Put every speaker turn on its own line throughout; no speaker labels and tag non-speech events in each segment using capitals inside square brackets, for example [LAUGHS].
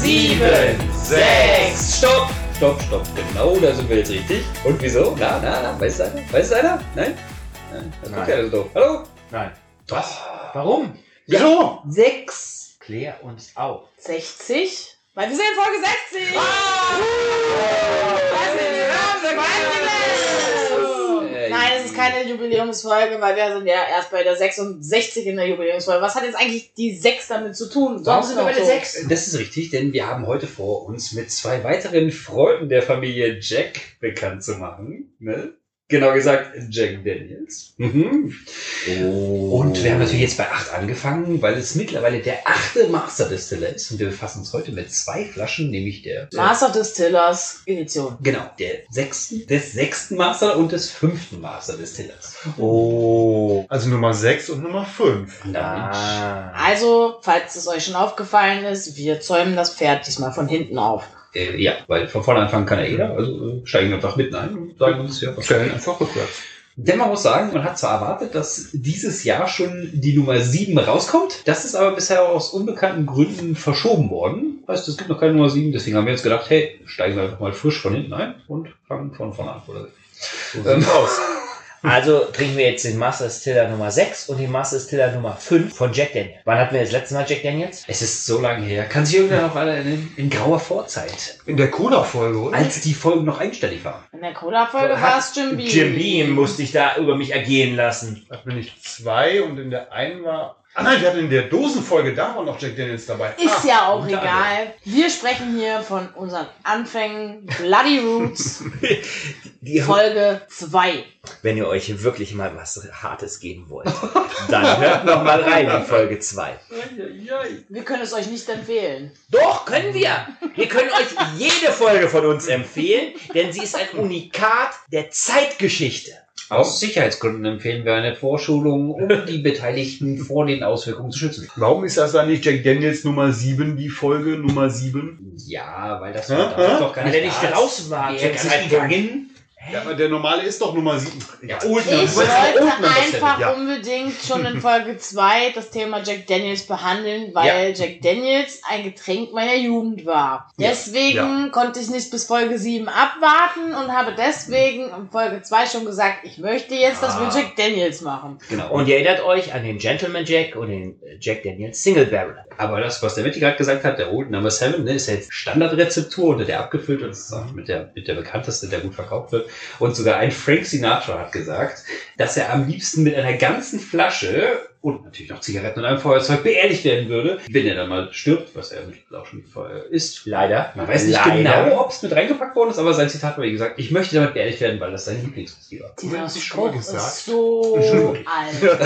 sieben, sechs, stopp! Stopp, stopp, genau, da sind wir jetzt richtig. Und wieso? Na, na, na, weiß es einer? Weiß es einer? Nein? Nein, das guckt
Nein.
ja so doof. Hallo?
Nein.
Was?
Warum?
Wieso?
6,
Klär uns auf.
60? Weil wir sind in Folge 60!
Ah!
Was
Was in den Namen des Weißen Gottes! Nein, es ist keine Jubiläumsfolge, weil wir sind ja erst bei der 66 in der Jubiläumsfolge. Was hat jetzt eigentlich die 6 damit zu tun?
Warum sind wir bei der
so?
6? Das ist richtig, denn wir haben heute vor, uns mit zwei weiteren Freunden der Familie Jack bekannt zu machen. Ne? Genau gesagt, Jack Daniels. Mhm.
Oh.
Und wir haben natürlich jetzt bei 8 angefangen, weil es mittlerweile der achte Master Distiller ist. Und wir befassen uns heute mit zwei Flaschen, nämlich der.
Master Distillers Edition.
Genau, der sechsten, des sechsten Master und des fünften Master Distillers.
Oh.
Also Nummer 6 und Nummer 5.
Mensch.
Ah.
Also, falls es euch schon aufgefallen ist, wir zäumen das Pferd diesmal von hinten auf.
Äh, ja, weil von vorne anfangen kann ja jeder. Also äh, steigen wir einfach mitten ein und sagen uns ja, was
Stellen einfach rückwärts.
Denn man muss sagen, man hat zwar erwartet, dass dieses Jahr schon die Nummer 7 rauskommt, das ist aber bisher aus unbekannten Gründen verschoben worden. Heißt, es gibt noch keine Nummer 7, deswegen haben wir jetzt gedacht, hey, steigen wir einfach mal frisch von hinten ein und fangen von vorne an. Oder?
So
Ähm,
sieht's aus.
Also trinken wir jetzt den Master Stiller Nummer 6 und den Master Stiller Nummer 5 von Jack Daniels. Wann hatten wir das letzte Mal Jack Daniels?
Es ist so lange her. Kann sich irgendwer noch alle erinnern? In grauer Vorzeit,
In der Cola-Folge, oder?
als die Folgen noch einstellig waren.
In der Cola-Folge war es Jim Beam.
Jim Beam musste ich da über mich ergehen lassen.
Hatten wir nicht zwei und in der einen war. Ah nein, wir hatten in der Dosenfolge, da war noch Jack Daniels dabei.
Ist
ah,
ja auch
unter
egal. Wir sprechen hier von unseren Anfängen. Bloody Roots,
Die
Folge 2.
Wenn ihr euch wirklich mal was Hartes geben wollt, dann hört noch mal rein in Folge 2.
Wir können es euch nicht empfehlen.
Doch, können wir. Wir können euch jede Folge von uns empfehlen, denn sie ist ein Unikat der Zeitgeschichte.
Aus Sicherheitsgründen empfehlen wir eine Vorschulung, um die Beteiligten vor den Auswirkungen zu schützen.
Warum ist das dann nicht Jack Daniels Nummer 7, die Folge Nummer 7?
Ja, weil das
Hä?
war damals
Hä?
doch gar
Weil
nicht
er halt nicht
da ist.
draußen war.
Er ist nicht gegangen.
Ja, aber der normale ist doch Nummer 7.
Ja,
Ich
Oldman.
wollte
Oldman das
einfach
ja.
unbedingt schon in Folge 2 das Thema Jack Daniels behandeln, weil Jack Daniels ein Getränk meiner Jugend war.
Ja.
Deswegen konnte ich nicht bis Folge 7 abwarten und habe deswegen in Folge 2 schon gesagt, ich möchte jetzt, dass wir
Ah.
Jack Daniels machen.
Genau.
Und ihr erinnert euch an den Gentleman Jack und den äh, Jack Daniels Single Barrel.
aber das, was der Mitty gerade gesagt hat, der Old Number 7, ne, ist ja jetzt Standardrezeptur, unter der abgefüllt und das ist auch mit der, mit der bekannteste, der gut verkauft wird. Und sogar ein Frank Sinatra hat gesagt, dass er am liebsten mit einer ganzen Flasche und natürlich noch Zigaretten und einem Feuerzeug beerdigt werden würde, wenn er dann mal stirbt, was er mittlerweile auch schon vorher ist.
Leider.
Man weiß nicht
Leider.
genau, ob es mit reingepackt worden ist, aber sein Zitat war, wie gesagt, ich möchte damit beerdigt werden, weil das sein Lieblingsmusik war.
Dieser
Wenn ich
Spruch
Schmuck gesagt.
ist so alt.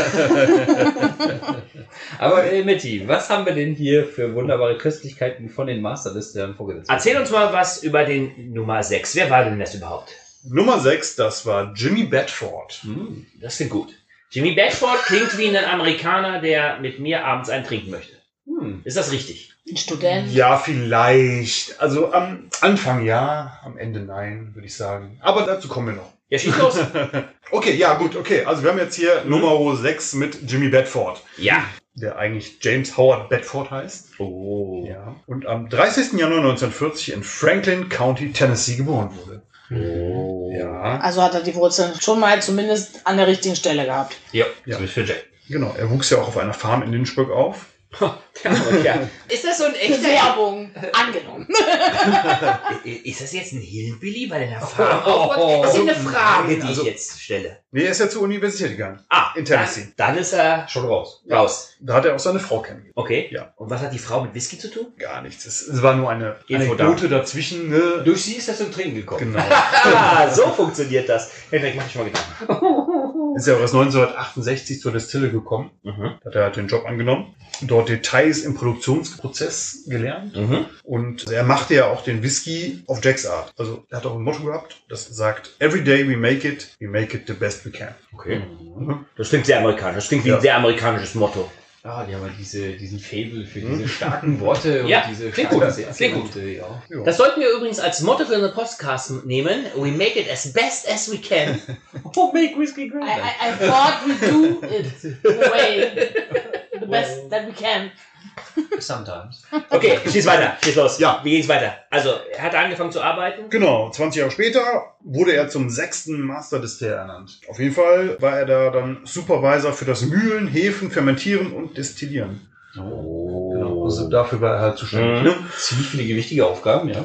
Aber äh, Mitty, was haben wir denn hier für wunderbare Köstlichkeiten von den Masterlistern vorgesetzt?
Erzähl uns mal was über den Nummer 6. Wer war denn das überhaupt?
Nummer 6, das war Jimmy Bedford.
Hm.
Das klingt gut. Jimmy Bedford klingt wie ein Amerikaner, der mit mir abends einen trinken möchte.
Hm.
Ist das richtig?
Ein Student.
Ja, vielleicht. Also am Anfang ja, am Ende nein, würde ich sagen. Aber dazu kommen wir noch.
Ja, schieß [LAUGHS] los.
Okay, ja, gut, okay. Also wir haben jetzt hier
Mhm.
Nummer 6 mit Jimmy Bedford,
ja.
der eigentlich James Howard Bedford heißt.
Oh.
Ja. Und am 30. Januar 1940 in Franklin County, Tennessee geboren wurde.
Oh.
Ja.
Also hat er die Wurzeln schon mal zumindest an der richtigen Stelle gehabt.
Ja,
Ja.
zumindest für Jack.
Genau, er wuchs ja auch auf einer Farm in Lynchburg auf.
Der arme Kerl. Ist das so ein echter...
Werbung [LAUGHS] angenommen.
Äh, Ist das jetzt ein Hillbilly bei [LAUGHS] der Farm?
Oh.
Das ist eine Frage, die
Also-
ich jetzt stelle.
Nee, er ist ja zur Universität gegangen.
Ah,
In Tennessee.
Dann, dann ist er
Schon raus.
raus.
Da hat er auch seine Frau kennengelernt.
Okay.
Ja.
Und was hat die Frau mit Whisky zu tun?
Gar nichts. Es, es war nur eine
Info da.
Anekdote dazwischen. Ne?
Durch sie ist er zum Trinken gekommen.
[LAUGHS]
Genau.
Ah, so funktioniert das. Henrik, mach ich mal Gedanken.
Ist ja auch erst 1968 zur Destille gekommen.
Mhm.
Hat er halt den Job angenommen. Dort Details im Produktionsprozess gelernt.
Mhm.
Und er machte ja auch den Whisky auf Jacks Art. Also er hat auch ein Motto gehabt, das sagt, Every day we make it, we make it the best we can.
Okay. Mhm. Das klingt sehr amerikanisch. Das klingt wie
Ja.
ein sehr amerikanisches Motto.
Ah, die haben halt diese, diesen Fable für diese starken Worte und
Ja,
diese
klingt
starken
gut.
Sätze
Klingt
und, äh, ja.
Ja.
Das sollten wir übrigens als Motto für unseren Podcast nehmen. We make it as best as we can.
Oh, make whiskey
I,
great.
I, I thought we do it the way the best that we can.
[LAUGHS] Sometimes.
Okay, schieß weiter. Schieß los.
Ja.
Wie ging's weiter? Also, er hat angefangen zu arbeiten.
Genau, 20 Jahre später wurde er zum sechsten Master des Teer ernannt. Auf jeden Fall war er da dann Supervisor für das Mühlen, Hefen, Fermentieren und Destillieren.
Oh.
Genau, also dafür war er halt zuständig.
Mhm.
Ne?
Ziemlich viele gewichtige Aufgaben, ja.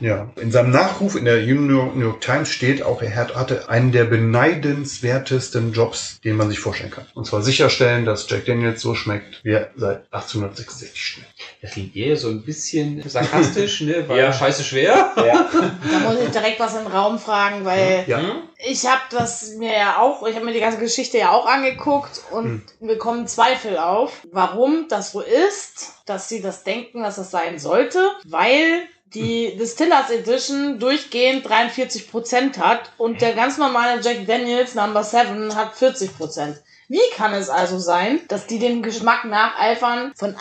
Ja. In seinem Nachruf in der New York Times steht auch, er hat- hatte einen der beneidenswertesten Jobs, den man sich vorstellen kann. Und zwar sicherstellen, dass Jack Daniels so schmeckt, wie er seit 1866 schmeckt.
Das klingt eher so ein bisschen sarkastisch, ne? War
Ja.
ja scheiße schwer.
Ja.
Da muss ich direkt was im Raum fragen, weil
Ja.
Hm?
ich habe das mir ja auch, ich habe mir die ganze Geschichte ja auch angeguckt und mir kommen Zweifel auf, warum das so ist, dass sie das denken, dass das sein sollte, weil die Distillers Edition durchgehend 43% hat und der ganz normale Jack Daniels Number 7 hat 40%. Wie kann es also sein, dass die dem Geschmack nacheifern von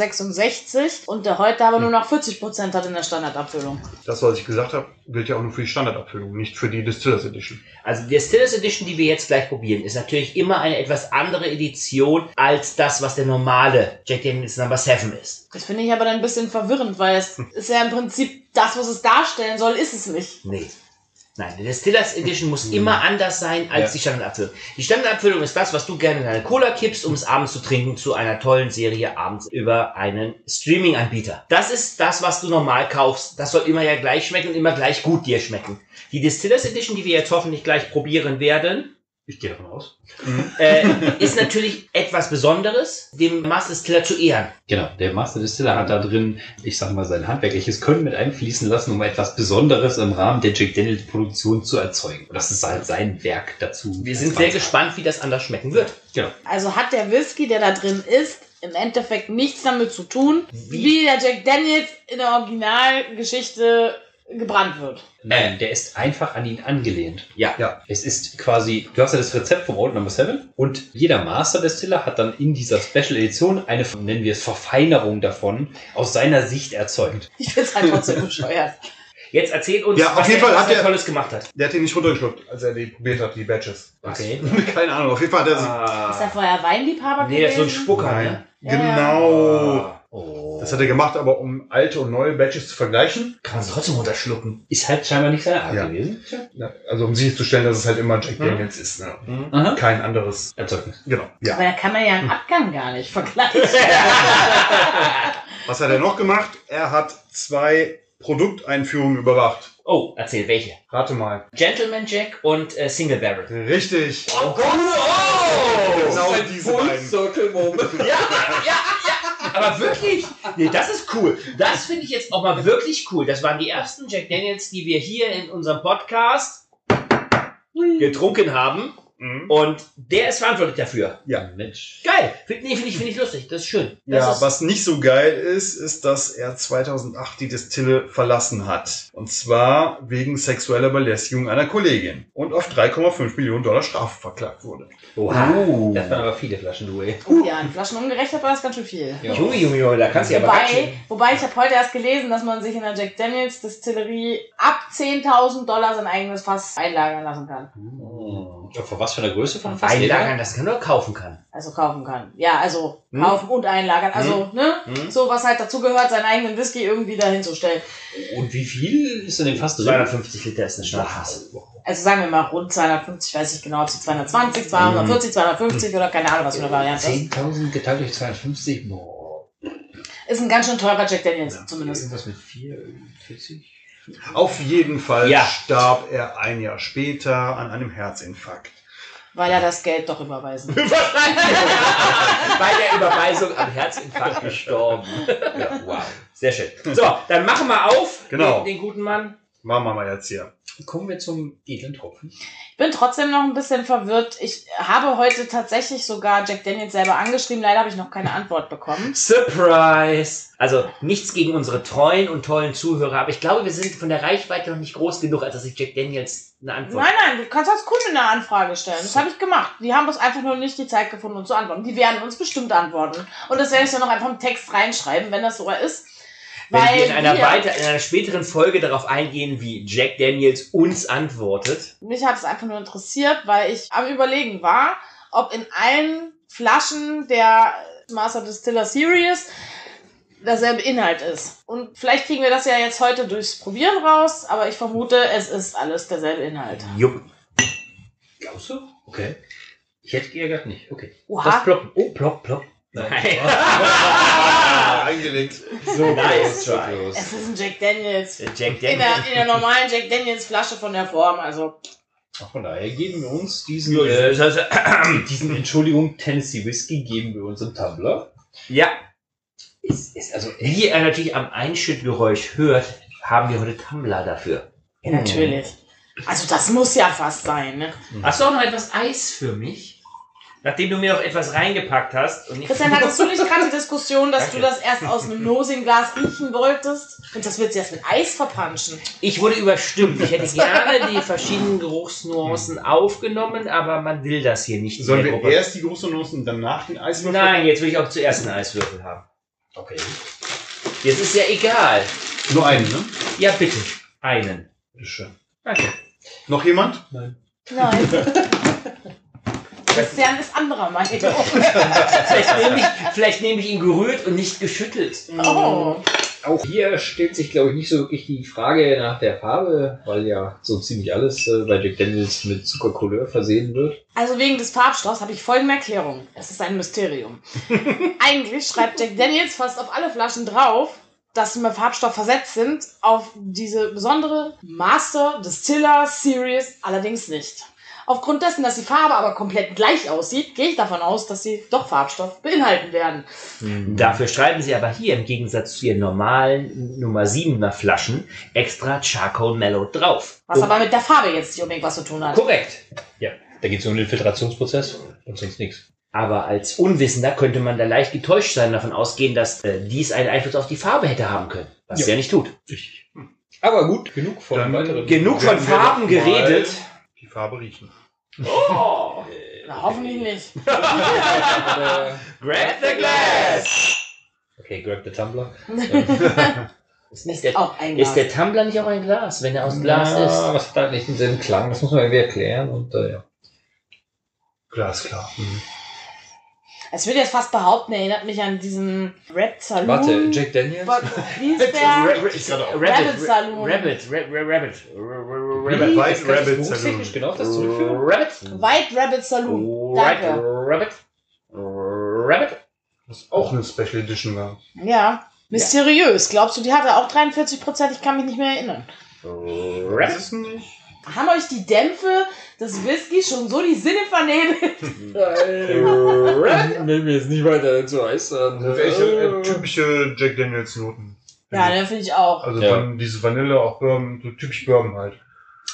1866 und der heute aber nur noch 40% hat in der Standardabfüllung?
Das, was ich gesagt habe, gilt ja auch nur für die Standardabfüllung, nicht für die Distillers Edition.
Also die Distillers Edition, die wir jetzt gleich probieren, ist natürlich immer eine etwas andere Edition als das, was der normale Jack Daniels Number 7 ist.
Das finde ich aber dann ein bisschen verwirrend, weil es
Hm.
ist ja im Prinzip das, was es darstellen soll, ist es nicht.
Nee. Nein, die Distillers Edition muss immer anders sein als
Ja.
die Standardabfüllung. Die Standardabfüllung ist das, was du gerne in deine Cola kippst, um es abends zu trinken zu einer tollen Serie abends über einen Streaming-Anbieter. Das ist das, was du normal kaufst. Das soll immer ja gleich schmecken und immer gleich gut dir schmecken. Die Distillers Edition, die wir jetzt hoffentlich gleich probieren werden,
Ich gehe davon aus.
äh, ist natürlich etwas Besonderes, dem Master Distiller zu ehren.
Genau, der Master Distiller hat da drin, ich sag mal, sein handwerkliches Können mit einfließen lassen, um etwas Besonderes im Rahmen der Jack Daniels Produktion zu erzeugen. Und das ist halt sein Werk dazu.
Wir sind sehr gespannt, wie das anders schmecken wird.
Genau.
Also hat der Whisky, der da drin ist, im Endeffekt nichts damit zu tun,
Wie?
wie der Jack Daniels in der Originalgeschichte gebrannt wird.
Nein, der ist einfach an ihn angelehnt.
Ja.
Ja.
Es ist quasi, du hast ja das Rezept vom Old Number 7 und jeder Master Distiller hat dann in dieser Special Edition eine, nennen wir es, Verfeinerung davon aus seiner Sicht erzeugt.
Ich finde es halt
[LAUGHS]
trotzdem bescheuert.
Jetzt erzählt uns,
Ja, auf
was,
jeden
der,
Fall
was
hat
der
er-
Tolles gemacht hat.
Der hat den nicht runtergeschluckt, als er die probiert hat, die Batches.
Okay.
[LAUGHS] Keine Ahnung, auf jeden Fall hat er sie.
Ist er vorher Weinliebhaber
Nee, das ist so ein
gewesen?
Spucker, Ah. ne? Ah.
Genau.
Oh.
Das hat er gemacht, aber um alte und neue Batches zu vergleichen.
Kann man es trotzdem runterschlucken.
ist halt scheinbar nicht seine Art
Ja.
gewesen.
Ja, Also um sicherzustellen, dass es halt immer Jack
Mhm.
Daniels ist. Ne?
Aha.
Kein anderes.
Erzeugnis.
Genau. Ja.
Aber da kann man ja einen Abgang gar
[LAUGHS]
nicht vergleichen.
Was hat er noch gemacht? Er hat zwei Produkteinführungen überwacht.
Oh, erzähl welche.
Rate mal.
Gentleman Jack und äh, Single Barrel.
Richtig.
Oh Gott! Oh!
Genau diese beiden.
Moment.
[LAUGHS] Ja, ja, ja, aber wirklich. Nee, das ist cool. Das finde ich jetzt auch mal wirklich cool. Das waren die ersten Jack Daniels, die wir hier in unserem Podcast getrunken haben.
Mhm.
Und der ist verantwortlich dafür.
Ja.
Mensch.
Geil. Find, nee, finde ich, find ich lustig. Das ist schön. Das
Ja,
ist,
was nicht so geil ist, ist, dass er 2008 die Destille verlassen hat. Und zwar wegen sexueller Belästigung einer Kollegin. Und auf 3,5 Millionen Dollar Strafe verklagt wurde.
Oha.
Oh.
Das waren aber viele Flaschen, du ey.
Oh ja, in Flaschen umgerechnet war das ganz schön viel.
Ja.
Junge, Junge, Junge, da kannst du ja aber ganz
Wobei,
schön-
wobei ich habe heute erst gelesen, dass man sich in der Jack Daniels Distillerie ab 10.000 Dollar sein eigenes Fass einlagern lassen kann.
Hm.
Oh. Von was für einer Größe von fast
einlagern, das kann nur kaufen kann.
Also kaufen kann. Ja, also
Hm.
kaufen und einlagern. Also, ne?
Hm?
So, was halt dazu gehört, seinen eigenen Whisky irgendwie dahinzustellen.
Und wie viel ist in dem fast
Hm?
drin?
250 Liter ist eine Schnapsfass.
Also sagen wir mal rund 250, weiß ich genau, ob es 220,
Hm.
240, 250 oder keine Ahnung, was für eine Variante ist.
10.000 geteilt durch 250? Boah.
Ist ein ganz schön teurer Jack Daniels zumindest.
Irgendwas mit 44?
Auf jeden Fall
Ja.
starb er ein Jahr später an einem Herzinfarkt.
Weil er das Geld doch überweisen. will.
Bei der Überweisung am Herzinfarkt gestorben.
Wow.
Sehr schön. So, dann machen wir auf.
Genau.
Den, den guten Mann.
Machen wir mal jetzt hier.
Kommen wir zum edlen Tropfen.
Ich bin trotzdem noch ein bisschen verwirrt. Ich habe heute tatsächlich sogar Jack Daniels selber angeschrieben. Leider habe ich noch keine Antwort bekommen.
Surprise! Also nichts gegen unsere treuen und tollen Zuhörer, aber ich glaube, wir sind von der Reichweite noch nicht groß genug, als dass ich Jack Daniels eine Antwort.
Nein, nein, du kannst als Kunde eine Anfrage stellen. Das habe ich gemacht. Die haben uns einfach nur nicht die Zeit gefunden, uns zu antworten. Die werden uns bestimmt antworten. Und das werde ich dann noch einfach im Text reinschreiben, wenn das so ist.
Wenn
Weil
wir in einer, weiter, in einer späteren Folge darauf eingehen, wie Jack Daniels uns antwortet.
mich hat es einfach nur interessiert, weil ich am Überlegen war, ob in allen Flaschen der Master Distiller Series derselbe Inhalt ist. Und vielleicht kriegen wir das ja jetzt heute durchs Probieren raus, aber ich vermute, es ist alles derselbe Inhalt.
Jupp.
Glaubst du? Okay. Ich hätte eher gedacht nicht. Okay.
Oha.
Was ploppen? Oh, plopp, plopp.
Nein.
Ah, eingelegt.
So close,
Nice
so
try.
close.
Es ist ein Jack Daniels.
[LAUGHS] Jack
In der, in der
Daniel.
normalen Jack Daniels Flasche von der Form, also.
Ach, Von daher geben wir uns diesen,
Äh,
äh,
das heißt,
diesen Entschuldigung, Tennessee Whiskey geben wir uns im Tumbler.
Ja,
Ist, ist also echt.
wie er natürlich am Einschüttgeräusch hört, haben wir heute Tumbler dafür.
Ja, natürlich. Also, das muss ja fast sein, ne?
Mhm.
Hast du auch noch etwas Eis für mich? Nachdem du mir noch etwas reingepackt hast. Und ich
Christian, hattest du nicht gerade die Diskussion, dass du
Danke.
das erst aus einem Nosinglas riechen wolltest? Und das wird sie erst mit Eis verpanschen.
Ich wurde überstimmt. Ich hätte gerne die verschiedenen Geruchsnuancen aufgenommen, aber man will das hier nicht. in
Mhm. Sollen
der
wir
Gruppe.
erst die große Nuss und danach den Eiswürfel?
Nein, jetzt will ich auch zuerst einen Eiswürfel haben.
Okay.
Jetzt ist ja egal.
Nur einen, ne?
Ja, bitte. Einen.
Bitteschön.
Danke.
Noch jemand?
Nein. [LAUGHS] Christian ist anderer Meinung.
Vielleicht nehme ich, vielleicht nehme ich ihn gerührt und nicht geschüttelt.
[LAUGHS] Oh.
Auch hier stellt sich, glaube ich, nicht so wirklich die Frage nach der Farbe, weil ja so ziemlich alles äh, bei Jack Daniels mit Zuckercouleur versehen wird.
Also wegen des Farbstoffs habe ich folgende Erklärung. Es ist ein Mysterium. Eigentlich schreibt Jack Daniels fast auf alle Flaschen drauf, dass sie mit Farbstoff versetzt sind, auf diese besondere Master Distiller Series allerdings nicht. Aufgrund dessen, dass die Farbe aber komplett gleich aussieht, gehe ich davon aus, dass sie doch Farbstoff beinhalten werden.
Dafür schreiben sie aber hier im Gegensatz zu ihren normalen Nummer 7er Flaschen extra Charcoal Mellow drauf.
Was aber mit der Farbe jetzt nicht unbedingt was zu tun hat.
Korrekt.
Ja, da geht es um den Filtrationsprozess und sonst nichts.
Aber als Unwissender könnte man da leicht getäuscht sein, davon ausgehen, dass äh, dies einen Einfluss auf die Farbe hätte haben können. Was es ja nicht tut.
Richtig.
Aber gut, genug von
Dann
weiteren.
Genug von
Werden wir
Farben
doch mal
geredet.
Die Farbe riechen.
Oh,
Na, hoffentlich nicht.
grab the glass!
Okay, grab the tumbler.
Ist, nicht der,
Auch Oh, ein Glas.
ist der Tumbler nicht auch ein Glas, wenn er aus Glas ist?
Was hat da nicht denselben Klang? Das muss man irgendwie erklären. Und, äh, ja.
Glasklar. Mhm.
Es würde jetzt fast behaupten, erinnert mich an diesen Red Saloon.
Hm.
Warte, Jack Daniels?
Bad Wiesberg.
Ich gerade auch.
Rabbit Saloon.
Rabbit, Ra- Ra- Rabbit, Ra- Ra- Rabbit,
Rabbit,
Wie?
White
Das kann ich
Rabbit
berufstechnisch
Saloon.
genau auf das zurückführen?
Rabbit,
White Rabbit Saloon. Danke.
Rabbit, Rabbit.
Muss auch eine Special Edition sein.
Ja. Mysteriös. Glaubst du, die hatte auch 43 Prozent? Ich kann mich nicht mehr erinnern.
Rabbit.
es nicht?
Haben euch die Dämpfe des Whisky schon so die Sinne
[LAUGHS]
vernebelt?
Äh, [LAUGHS] Nehmen wir jetzt nicht weiter dazu äußern.
Welche äh, typische Jack Daniels Noten?
Ja, ne, finde ich auch.
Also
Ja.
Van, diese Vanille, auch Bourbon, so typisch Bourbon halt.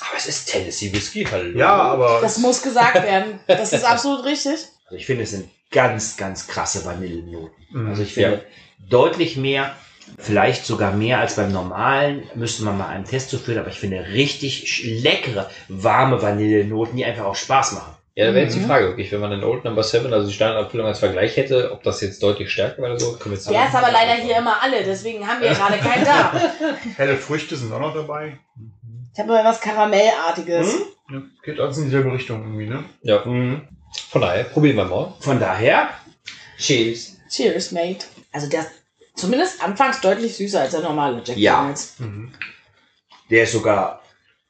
Aber es ist Tennessee Whiskey, hallo.
Ja, aber
Das muss gesagt werden. Das ist absolut richtig.
Also ich finde, es sind ganz, ganz krasse Vanillennoten.
Mhm.
Also ich finde deutlich mehr, vielleicht sogar mehr als beim normalen, müsste man mal einen Test zu führen, aber ich finde richtig sch- leckere, warme Vanillennoten, die einfach auch Spaß machen.
Ja, da wäre jetzt die
Mhm.
Frage, wirklich, wenn man den Old Number 7, also die Standardabfüllung als Vergleich hätte, ob das jetzt deutlich stärker wäre oder so. können wir jetzt
Der ist aber leider hier immer alle, deswegen haben wir gerade keinen da.
helle Früchte sind auch noch dabei.
Ich habe mal was Karamellartiges.
Hm?
Ja, geht alles in dieselbe Richtung irgendwie, ne?
Ja,
Mhm.
von daher, probieren wir mal.
Von daher,
Cheers.
Cheers, mate. Also der ist zumindest anfangs deutlich süßer als der normale Jack
Ja.
Daniels.
Mhm.
der ist sogar,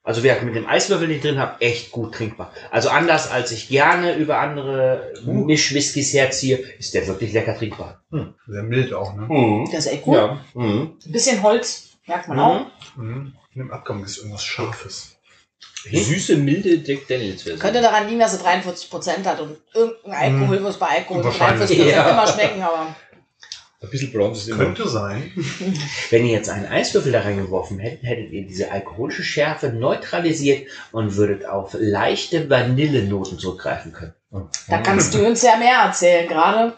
also wer mit dem Eiswürfel, den ich drin habe, echt gut trinkbar. Also anders als ich gerne über andere Mischwhiskys herziehe, ist der wirklich lecker trinkbar.
Sehr mild auch, ne?
Mhm.
Der ist echt gut.
Ja.
Mhm.
Ein bisschen Holz merkt man auch.
Mhm. In dem Abgang ist irgendwas Scharfes.
Süße, milde Jack Daniels Version.
Könnte daran liegen, dass er 43 Prozent hat und irgendein Alkohol muss bei Alkohol
Wahrscheinlich.
43
Hm, Ja.
immer schmecken, aber
Ein bisschen Bronze ist immer.
Könnte sein.
Wenn ihr jetzt einen Eiswürfel da reingeworfen hättet, hättet ihr diese alkoholische Schärfe neutralisiert und würdet auf leichte Vanillenoten zurückgreifen können.
da
Hm.
kannst du uns ja mehr erzählen gerade.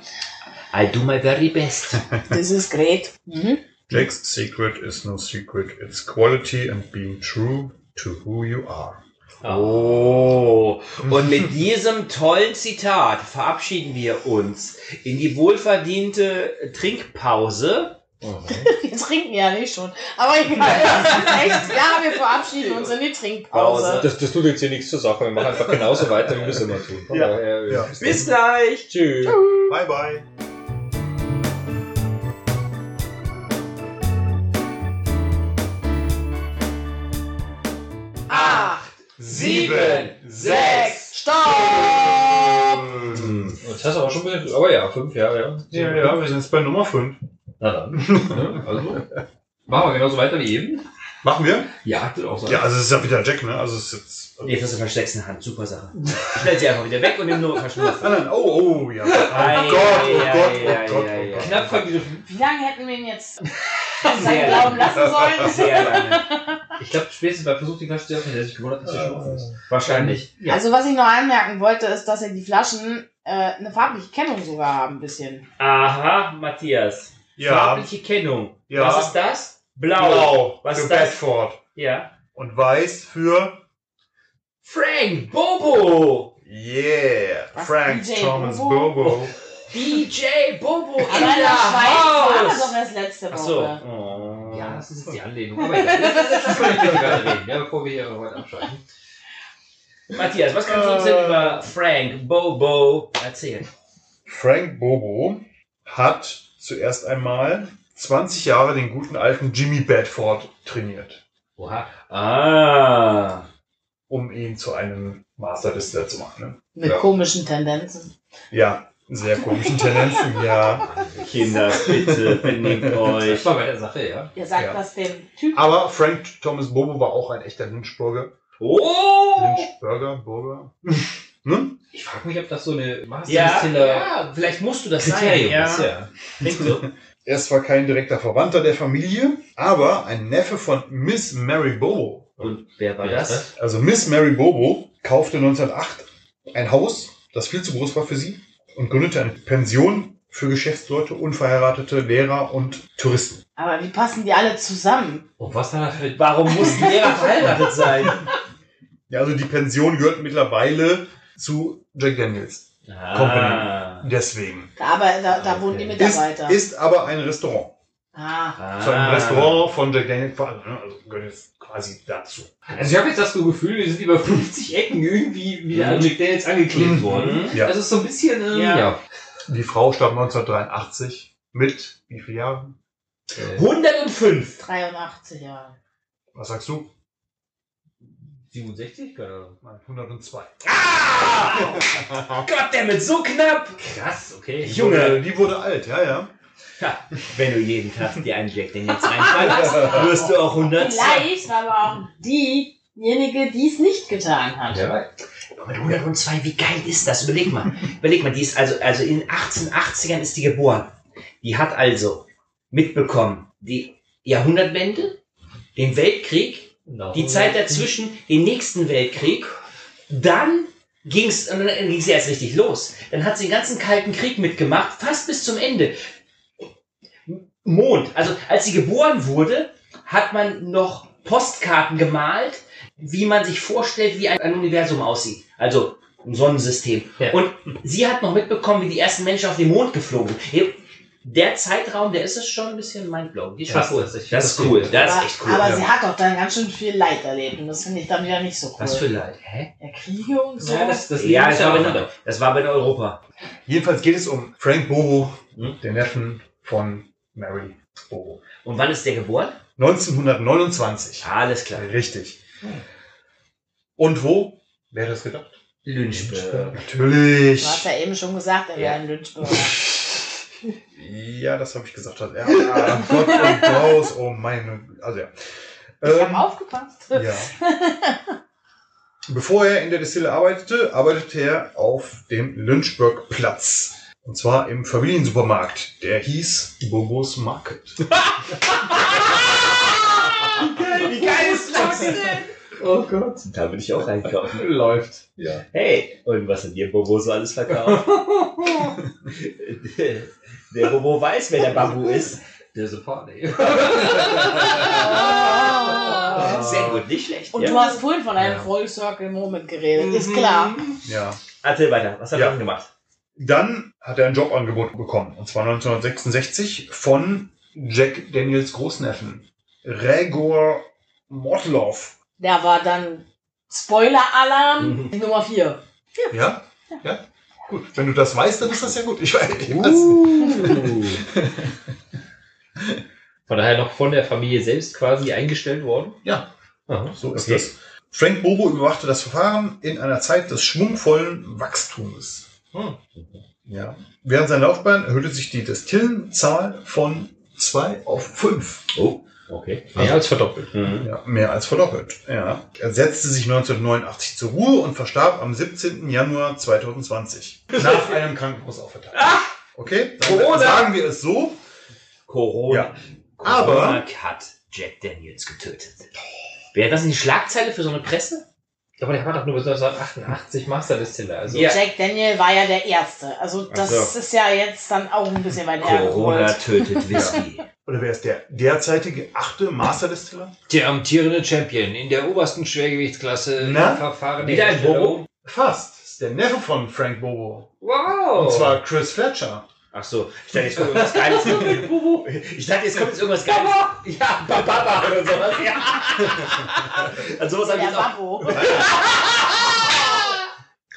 I do my very best.
Das ist great. Mhm.
Jack's secret is no secret. It's quality and being true to who you are.
Oh, und mit diesem tollen Zitat verabschieden wir uns in die wohlverdiente Trinkpause.
Mhm.
Wir trinken ja nicht schon. Aber egal, das ist echt, ja, wir verabschieden uns in die Trinkpause.
Das, das tut jetzt hier nichts zur Sache. Wir machen einfach genauso weiter, wie wir es immer tun. Von
Ja.
daher,
Ja.
Bis gleich!
Tschüss.
Bye bye.
Ah. sieben, sechs.
Stopp!
Hm, Das hast du aber schon ein bisschen, aber ja, fünf Jahre, ja.
Mhm. Ja, ja, wir sind jetzt bei Nummer 5.
Na dann. ne? Also, machen wir genauso weiter wie eben.
Machen wir?
Ihr achtet auf
Ja, also es ist ja wieder Jack, ne? Also es ist jetzt.
Jetzt hast du versteckst eine Hand, super Sache. Stell sie einfach wieder weg und nimm nur
Ah,
verschnurft.
nein, oh, oh, ja.
Ei,
Oh Gott, oh
ei,
Gott,
ei, ei,
oh Gott,
ei,
oh
ei.
Gott.
Knapp vergriffen.
Wie lange hätten wir ihn jetzt
Sehr
sein Glauben
[LAUGHS]
lassen sollen?
Sehr lange.
Ich glaube, spätestens bei Versuch die Flasche zu öffnen, der sich gewundert, dass sie schon offen ist.
Wahrscheinlich. Ja.
Also was ich noch anmerken wollte, ist, dass ja die Flaschen äh, eine farbliche Kennung sogar haben, ein bisschen.
Aha, Matthias.
Ja,
Farbliche Kennung.
Ja.
Was ist das? Blau.
blau
Was
für
ist das?
Bedford.
Ja.
Und weiß für.
Frank Bobo.
Yeah,
Was,
Frank
DJ
Thomas
Bobo?
Bobo.
DJ Bobo in
Aber in der Schweiz war doch
der Haus.
erst letzte Woche.
Ach so. Oh.
Ja, das ist jetzt die Anlehnung. Aber ja, das kann ich nicht gerade reden, ja, bevor wir hier heute abschalten.
Matthias, was kannst du uns denn über Frank Bobo erzählen?
Frank Bobo hat zuerst einmal 20 Jahre den guten alten Jimmy Bedford trainiert,
Oha.
Ah.
um ihn zu einem Master Distiller zu machen. Ne?
Mit
Ja.
komischen Tendenzen.
Ja, sehr komischen Tendenzen, ja.
Kinder, bitte benehmt euch.
Ich war bei der Sache, ja.
Ihr sagt
Ja.
das dem Typ.
Aber Frank Thomas Bobo war auch ein echter Lynchburger.
Oh!
Lynchburger, Burger. ne?
Ich frage mich, ob das so eine Master
Ja,
Distiller
ja, vielleicht musst du das sein.
äh, Kriterium
Ja.
ist, ja.
Klingt so.
Er ist zwar kein direkter Verwandter der Familie, aber ein Neffe von Miss Mary Bobo.
Und wer war
Wer ist
das?
Also Miss Mary Bobo kaufte 1908 ein Haus, das viel zu groß war für sie, und gründete eine Pension für Geschäftsleute, unverheiratete Lehrer und Touristen.
Aber wie passen die alle zusammen?
Und was da für
Warum mussten Lehrer verheiratet sein?
Ja, also die Pension gehört mittlerweile zu Jack Daniels.
Ah.
Deswegen.
Da, aber da, da
Okay.
wohnen die
Ist,
Mitarbeiter.
Ah, ist aber ein Restaurant.
ah.
zu einem Restaurant von Jack Daniels vor allem. Ne? Also gehört jetzt quasi dazu.
Also ich habe jetzt das so Gefühl, wir sind über 50 Ecken irgendwie wieder an Jack Daniels angeklebt
Mhm.
worden.
Ja.
Das ist so ein bisschen, ähm,
Ja.
ja.
Die Frau starb 1983 mit wie viel Jahren?
Äh,
105.
83 Jahre.
Was sagst du?
67? Keine Ahnung.
Nein, 102.
Ah! Gott, der mit so knapp.
Krass, okay.
Die
Jo. Junge.
Wurde, die wurde alt, ja, ja.
Ha, wenn du jeden Tag dir einen Jack den jetzt reinfallst, wirst du auch 100.
Vielleicht war aber auch diejenige, die es nicht getan hat.
Ja.
Mit 102, wie geil ist das? Überleg mal. Überleg mal, die ist also, also in den 1880ern ist die geboren. Die hat also mitbekommen, die Jahrhundertwende, den Weltkrieg, Die Zeit dazwischen, den nächsten Weltkrieg, dann ging's, und dann ging's erst richtig los. Dann hat sie den ganzen Kalten Krieg mitgemacht, fast bis zum Ende. Mond. Also, als sie geboren wurde, hat man noch Postkarten gemalt, wie man sich vorstellt, wie ein, ein Universum aussieht. Also, ein Sonnensystem.
Ja.
Und sie hat noch mitbekommen, wie die ersten Menschen auf den Mond geflogen sind. Der Zeitraum, der ist es schon ein bisschen mindblowing. Die ist
Ja,
schon cool.
das ist-
Das ist cool. Das ist
aber
echt cool.
aber
ja.
sie hat doch dann ganz schön viel Leid erlebt und das finde ich dann wieder nicht so cool.
Was für Leid. Hä?
ja, Kriege und so.
Ja, das, das
Ja,
Leben
ist
ist
aber
aber
genau. Das war bei der Europa.
Jedenfalls geht es um Frank Bobo,
Hm?
den Neffen von Mary
Oh.
Bobo.
Und wann ist der geboren?
1929.
Alles klar.
Richtig. Und wo? Wer hätte das gedacht?
Lynchburg.
du
Natürlich.
hast ja eben schon gesagt, er
Ja.
wäre ein
[LAUGHS]
Lynchburger.
Ja, das habe ich gesagt. Hat er. Ja, Gott und Klaus, oh meine. Also ja.
Ich habe
Ähm,
aufgepasst.
ja. Bevor er in der Distille arbeitete, arbeitete er auf dem Lynchburg-Platz. Und zwar im Familiensupermarkt. Der hieß Bobos Market.
Wie geil ist das denn?
Oh Gott.
Da würde ich auch einkaufen.
Läuft. Ja.
Hey, und was hat dir Bobo so alles [LAUGHS] verkauft? der Bobo weiß, wer der Babu ist.
Der Support, ey.
Oh.
Sehr gut, nicht schlecht.
Und
ja. Mhm.
du hast vorhin von einem
Ja.
Full Circle Moment geredet, ist klar.
Ja.
Erzähl weiter, was hat
Ja.
er dann gemacht?
Dann hat er ein Jobangebot bekommen. Und zwar 1966 von Jack Daniels Großneffen. Regor Mortloff.
Da war dann Spoiler-Alarm
Mhm.
die Nummer 4.
Ja? Ja? Gut. Wenn du das weißt, dann ist das ja gut. Ich weiß ich weiß.
Von daher noch von der Familie selbst quasi eingestellt worden.
Ja.
Aha.
So ist
Okay.
das. Frank Bobo überwachte das Verfahren in einer Zeit des schwungvollen Wachstums.
Hm.
Ja. Während seiner Laufbahn erhöhte sich die Destillenzahl von zwei auf fünf.
Oh, okay.
Also-
Mehr als verdoppelt.
ne?
Mhm.
Ja, mehr als verdoppelt. Ja. Er setzte sich 1989 zur Ruhe und verstarb am 17. Januar 2020. Nach einem Krankenhausaufenthalt. Okay, dann
Corona.
sagen wir es so.
Corona. Corona
Aber-
hat Jack Daniels getötet. Wäre das nicht Schlagzeile für so eine Presse?
Aber der war doch nur bis 1988 Master Distiller. Also
Ja.
Jack Daniel war ja der Erste. Also das
Ach so.
ist ja jetzt dann auch ein bisschen weit
Corona
hergeholt.
[LAUGHS] tötet Whisky.
Oder wer ist der derzeitige achte Master Distiller?
der amtierende Champion in der obersten Schwergewichtsklasse
Na?
im Verfahren
Wieder ein
Herstellung.
Bobo?
Fast. Das ist der Neffe von Frank Bobo.
Wow.
Und zwar Chris Fletcher.
Ach so, ich dachte, jetzt kommt irgendwas Geiles. Ich dachte, jetzt kommt jetzt irgendwas Geiles. Ja, Baba oder sowas. Ja. [LAUGHS] An sowas hab ich
Der
jetzt auch.
Babbo.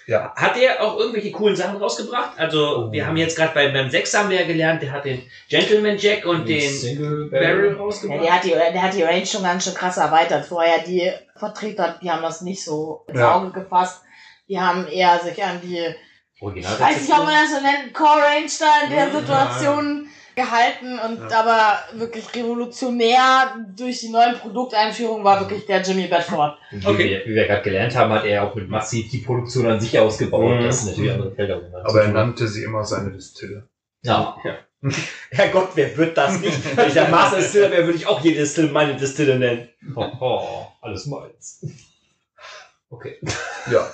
Ja.
Hat der auch irgendwelche coolen Sachen rausgebracht? Also, wir haben jetzt gerade beim, beim Sex haben wir ja gelernt, der hat den Gentleman Jack und den
Single
Barrel
Barrel.
rausgebracht.
Ja, der, hat die, der hat die Range schon ganz schön krass erweitert. Vorher die Vertreter, die haben das nicht so ins
Ja.
Auge gefasst. Die haben eher sich an die,
Original.
weiß nicht, ob man das so nennt, Core Range da in der
Ja.
Situation gehalten und
Ja.
aber wirklich revolutionär durch die neuen Produkteinführungen war wirklich der Jimmy Bedford.
Okay.
Wie wir, wie wir gerade gelernt haben, hat er auch mit massiv die Produktion an sich ausgebaut.
Mhm.
Das sind natürlich andere Felder.
[LAUGHS]
wo man
Aber
zu
er
tun hat.
nannte sie immer seine Distille.
ja.
Herrgott, wer wird das nicht? [LAUGHS] Wenn ich der Master Distiller wäre, würde ich auch jede Distille meine Distille nennen.
Oh, oh, alles meins.
Okay.
Ja.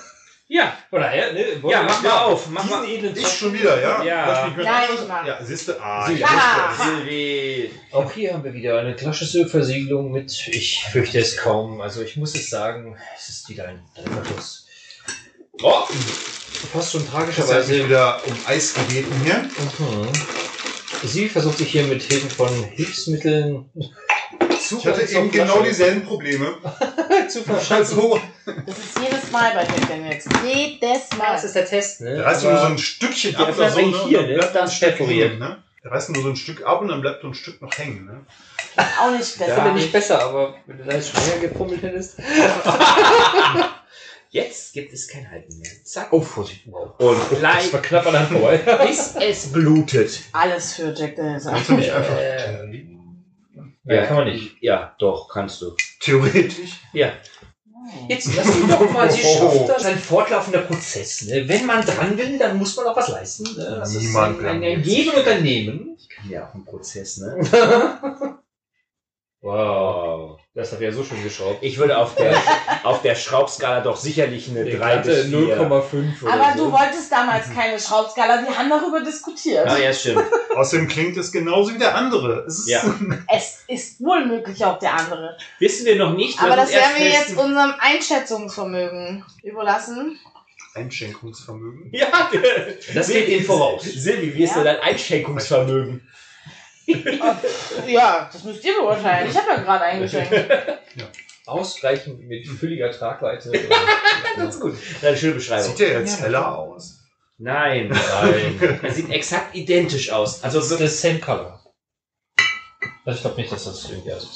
Ja,
Von daher, ne?
ja, mach mal auf. Mach
Mach
mal.
diesen edlen
Ich schon wieder, ja?
Ja.
Lass mich mit-
Nein, ich mag.
Ja, siehst du? Ah,
Sie-
ja.
Ah.
Silvi.
Auch hier haben wir wieder eine klassische Versiegelung mit, ich fürchte es kaum, also ich muss es sagen, es ist wieder ein Dreiviertel.
Oh,
Fast schon
Ich habe
tragischerweise.
mich wieder um Eis gebeten hier.
Mhm. Sie versucht sich hier mit Hilfe von Hilfsmitteln zu
Ich hatte eben genau dieselben
[LAUGHS]
Probleme.
zu verschalten.
Also,
Das ist jedes Mal bei Jack Daniels. Jedes Mal.
Das ist der Test, ne?
Da reißt du nur so ein Stückchen
Die
ab.
öffnen
oder so,
eigentlich
ne?
hier,
Und
ne?
bleibt
Dann
ein Stück
perforiert.
hängen, ne? Da reißt du nur so ein Stück ab und dann bleibt so ein Stück noch hängen. Ne?
auch nicht
das finde
besser.
ich besser, aber wenn du da jetzt schon länger gepummelt hättest.
[LAUGHS] jetzt gibt es kein Halten mehr. Zack.
Oh, Vorsicht, wow.
Und gleich,
Das war knapp an der Hand [LAUGHS] vorbei.
bis es blutet.
Alles für Jack Daniels.
Kannst du nicht einfach.
Äh. Ja, kann man nicht.
Ja, doch, kannst du.
Theoretisch.
Ja.
Jetzt lass ihn doch
[LAUGHS]
mal, sie
Oh,
schafft das. Ein fortlaufender Prozess. Ne? Wenn man dran will, dann muss man auch was leisten. Ne? Das
Niemand
ist ein, ein
kann.
Ergeben und ein Nehmen.
Ja, auch ein Prozess, ne?
Wow. Das hat ja so schön geschraubt.
Ich würde auf
[LAUGHS]
der, auf der Schraubskala doch sicherlich eine 3 bis 4.
0,5 oder
Aber
so.
du wolltest damals keine Schraubskala. Wir haben darüber diskutiert.
Ah, ja, stimmt.
Außerdem klingt es genauso wie der andere. Es ist
Ja.
Es ist wohl möglich auch der andere.
Wissen wir noch nicht.
Aber
lass
das
uns
werden wir
erst
jetzt
testen.
unserem Einschätzungsvermögen überlassen.
Einschenkungsvermögen.
Ja,
Das geht ihnen voraus.
Silvi, wie ist
Ja.
denn dein Einschenkungsvermögen?
Ja, das müsst ihr beurteilen. Ich habe ja gerade eingeschenkt.
Ausreichend mit fülliger [LAUGHS] Tragweite.
Das ist gut. Das ist eine schöne Beschreibung.
Sieht der jetzt heller aus?
Nein, nein. Er sieht exakt identisch aus. Also
das ist das same color. Also ich glaube nicht, dass das irgendwie also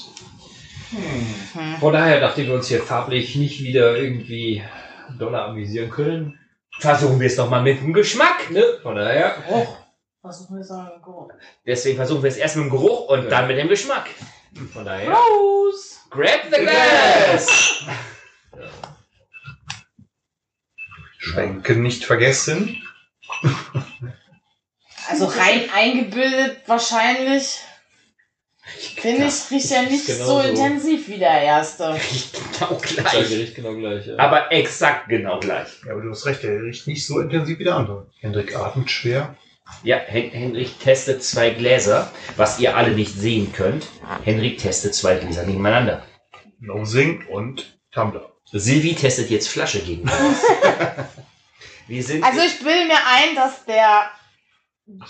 Hm.
Von daher, nachdem wir uns hier farblich nicht wieder irgendwie doller amüsieren können,
versuchen wir es nochmal mit dem Geschmack.
ne? von daher,
Geruch. Versuchen wir es noch mit Geruch.
Deswegen versuchen wir es erst mit dem Geruch und
Ja.
dann mit dem Geschmack.
von daher.
Prost!
Grab the glass!
Schwenken nicht vergessen.
Also rein eingebildet wahrscheinlich. Finde ich, riecht ja nicht
Genau
so
so.
intensiv wie der erste.
Riecht genau
Sein
gleich.
Gericht genau gleich. Ja.
Aber exakt genau gleich.
Ja, aber du hast recht, der riecht nicht so intensiv wie der andere. Hendrik atmet schwer.
Ja, Hen Henrik testet zwei Gläser, was ihr alle nicht sehen könnt. Henrik testet zwei Gläser gegeneinander.
Nosing und Tumblr.
Silvi testet jetzt Flasche gegeneinander.
[LAUGHS]
wir sind.
Also ich bilde mir ein, dass der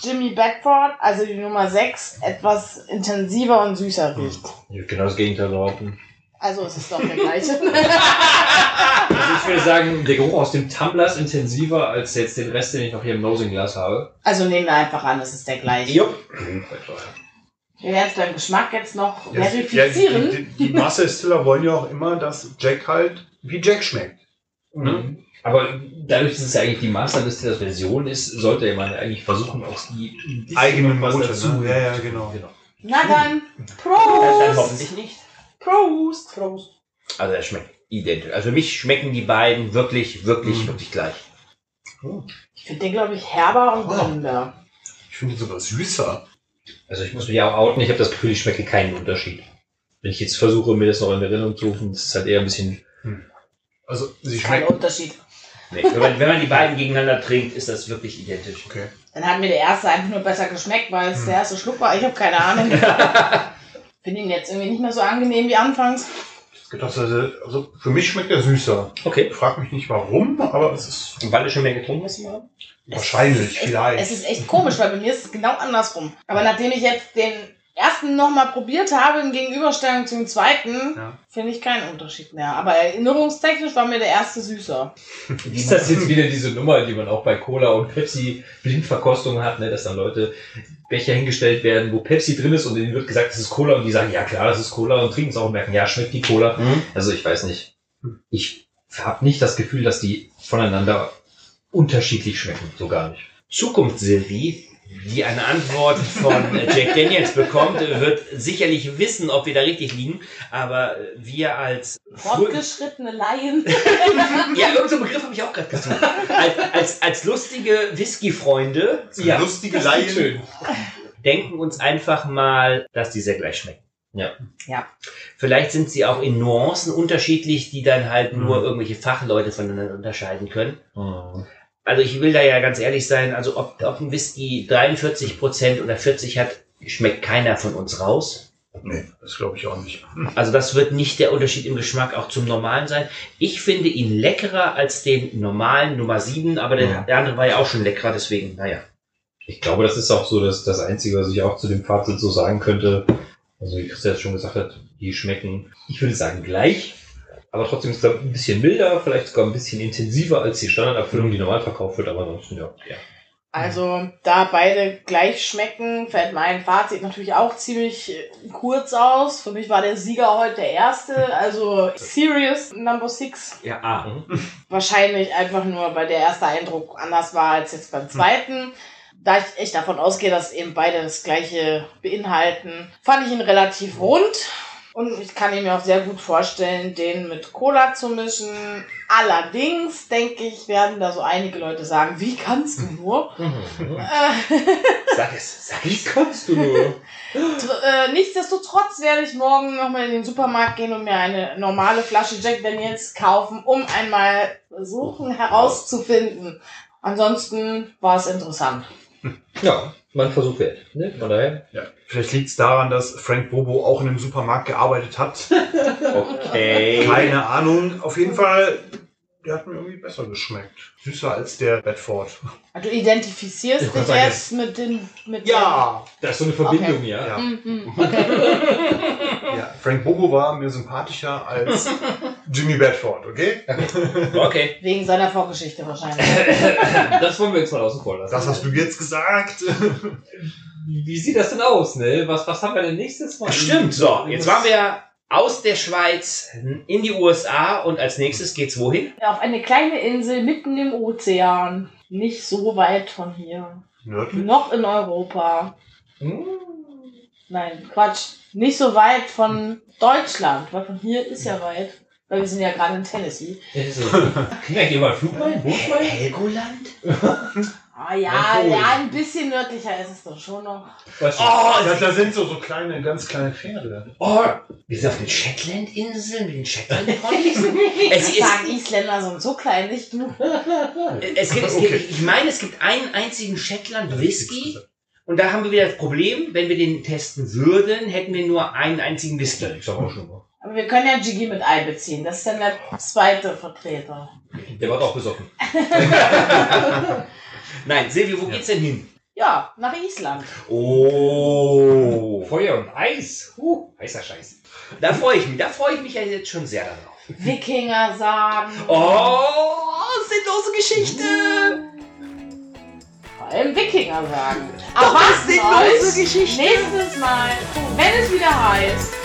Jimmy Bedford, also die Nummer 6, etwas intensiver und süßer riecht.
Ich würde genau das Gegenteil behaupten.
Also es ist doch der gleiche. [LAUGHS]
Also ich würde sagen, der Geruch aus dem Tumbler ist intensiver als jetzt den Rest, den ich noch hier im Nosing-Glas habe. Mhm.
also nehmen wir einfach an, es ist der gleiche.
Jupp.
Wir werden es beim Geschmack jetzt noch
Ja,
verifizieren.
die, die, die Master Distiller wollen ja auch immer, dass Jack halt wie Jack schmeckt. Ne?
Mhm. Aber dadurch, dass es ja eigentlich die Masterliste der Version ist, sollte man eigentlich versuchen, auch die ein bisschen
Eigenen
was
Note,
dazu.
ne? Ja, ja, genau.
Na dann,
Das dann
Prost!
hoffentlich nicht.
Prost! Prost!
Also er schmeckt identisch. Also für mich schmecken die beiden wirklich, wirklich,
Mhm.
wirklich gleich.
Ich finde den, glaube ich, herber und
Ja.
runder.
Ich finde ihn sogar süßer.
Also ich muss mich auch outen, ich habe das Gefühl, ich schmecke keinen Unterschied. Wenn ich jetzt versuche, mir das noch in Erinnerung zu rufen, das ist halt eher ein bisschen. [LAUGHS]
Also sie
Kein
schmeckt.
Unterschied.
Nee, wenn, man, wenn man die beiden gegeneinander trinkt, ist das wirklich identisch.
Okay.
Dann hat mir der erste einfach nur besser geschmeckt, weil es
Hm.
der erste Schluck war. Ich habe keine
[LAUGHS]
Ahnung. Finde ihn jetzt irgendwie nicht mehr so angenehm wie anfangs.
Es gibt auch so, also für mich schmeckt er süßer.
Okay.
Ich frage mich nicht warum, aber es ist
Und weil du schon mehr getrunken hast, Mara?
wahrscheinlich,
Es-
vielleicht.
Es ist echt komisch, weil bei mir ist es genau andersrum. Aber nachdem ich jetzt den ersten nochmal probiert habe in Gegenüberstellung zum zweiten,
Ja.
finde ich keinen Unterschied mehr. Aber erinnerungstechnisch war mir der erste süßer.
Ist das jetzt wieder diese Nummer, die man auch bei Cola und Pepsi Blindverkostungen hat, ne? dass dann Leute Becher hingestellt werden, wo Pepsi drin ist und denen wird gesagt, das ist Cola und die sagen, ja klar, das ist Cola und trinken es auch und merken, ja, schmeckt die Cola.
Hm?
Also ich weiß nicht. Ich habe nicht das Gefühl, dass die voneinander unterschiedlich schmecken. So gar nicht.
Zukunftssilvi, die eine Antwort von äh, Jack Daniels bekommt, äh, wird sicherlich wissen, ob wir da richtig liegen. Aber äh, wir als frö-
Fortgeschrittene Laien. [LAUGHS]
ja, irgendeinen Begriff habe ich auch gerade gesucht. Als, als, als lustige Whisky-Freunde
Ja,
lustige Laien.
denken uns einfach mal, dass die sehr gleich schmecken.
Ja.
Ja.
Vielleicht sind sie auch in Nuancen unterschiedlich, die dann halt nur irgendwelche Fachleute voneinander unterscheiden können. Also ich will da ja ganz ehrlich sein, also ob, ob ein Whisky 43% oder 40 hat, schmeckt keiner von uns raus.
Nee, das glaube ich auch nicht.
Also das wird nicht der Unterschied im Geschmack auch zum normalen sein. Ich finde ihn leckerer als den normalen Nummer 7, aber der,
Ja.
der andere war ja auch schon leckerer, deswegen, naja.
Ich glaube, das ist auch so das, das Einzige, was ich auch zu dem Fazit so sagen könnte. Also wie Christian schon gesagt hat, die schmecken, ich würde sagen, gleich. Aber trotzdem ist es glaub ich, ein bisschen milder, vielleicht sogar ein bisschen intensiver als die Standardabfüllung, die normal verkauft wird. Aber ansonsten, ja. ja.
Also, da beide gleich schmecken, fällt mein Fazit natürlich auch ziemlich äh, kurz aus. Für mich war der Sieger heute der erste, also Serious Number Six.
Ja, ah.
wahrscheinlich einfach nur, weil der erste Eindruck anders war als jetzt beim zweiten. Da ich echt davon ausgehe, dass eben beide das gleiche beinhalten, fand ich ihn relativ rund. Und ich kann ihn mir auch sehr gut vorstellen, den mit Cola zu mischen. Allerdings, denke ich, werden da so einige Leute sagen, wie kannst du
[LAUGHS]
nur? Äh,
Sag es, sag
Mhm. Wie
es.
kannst du nur?
tr- äh, nichtsdestotrotz werde ich morgen nochmal in den Supermarkt gehen und mir eine normale Flasche Jack Daniels kaufen, um einmal versuchen herauszufinden. Ansonsten war es interessant.
Ja, man versucht wert. Ne? Von daher.
Ja. Vielleicht liegt es daran, dass Frank Bobo auch in einem Supermarkt gearbeitet hat.
Okay.
Keine Ahnung. Auf jeden Fall, der hat mir irgendwie besser geschmeckt. Süßer als der Bedford.
Also, Du identifizierst
Ich
dich
kann sagen,
jetzt mit dem. Mit
Da ist so eine Verbindung, ja.
Dem,
Ja.
Mhm, okay.
ja. Frank Bobo war mir sympathischer als [LAUGHS] Jimmy Bedford, okay?
Okay.
Wegen seiner Vorgeschichte wahrscheinlich.
Das wollen wir jetzt mal außen vor lassen.
Das hast du jetzt gesagt.
Wie sieht das denn aus, ne? Was, was haben wir denn nächstes Mal?
Stimmt, so, jetzt waren wir aus der Schweiz in die USA und als nächstes geht's wohin?
Auf eine kleine Insel mitten im Ozean. Nicht so weit von hier.
Nördlich?
Noch in Europa.
Hm.
Nein, Quatsch. Nicht so weit von Deutschland, weil von hier ist ja weit. Weil wir sind ja gerade in Tennessee.
Also, [LAUGHS] Kriegen wir hier mal Flugwein? Bootwein?
Helgoland?
Ah ja,
Jawohl.
ja, ein bisschen nördlicher ist es doch schon noch.
Oh,
Da, da sind so, so kleine, ganz kleine Pferde.
oh, wir sind auf den Shetlandinseln mit den Shetland-Ponys.
Es
Es
ich
ist-
sagen, Isländer sind so klein, nicht nur.
es gibt, es gibt,
Okay.
ich meine, es gibt einen einzigen Shetland-Whisky und da haben wir wieder das Problem, wenn wir den testen würden, hätten wir nur einen einzigen Whisky.
Ich sag auch schon mal.
Aber wir können ja Jiggy mit einbeziehen. Das ist dann der zweite Vertreter.
Der war auch besoffen.
Nein, Silvio, wo geht's denn hin?
Ja, nach Island.
Oh,
Feuer und Eis. Huh, heißer Scheiß.
da freue ich mich, da freue ich mich ja jetzt schon sehr darauf.
Wikinger sagen.
Oh, sinnlose Geschichte!
Vor allem Wikinger sagen. Aber was sinnlose Geschichte. Nächstes Mal, wenn es wieder heißt.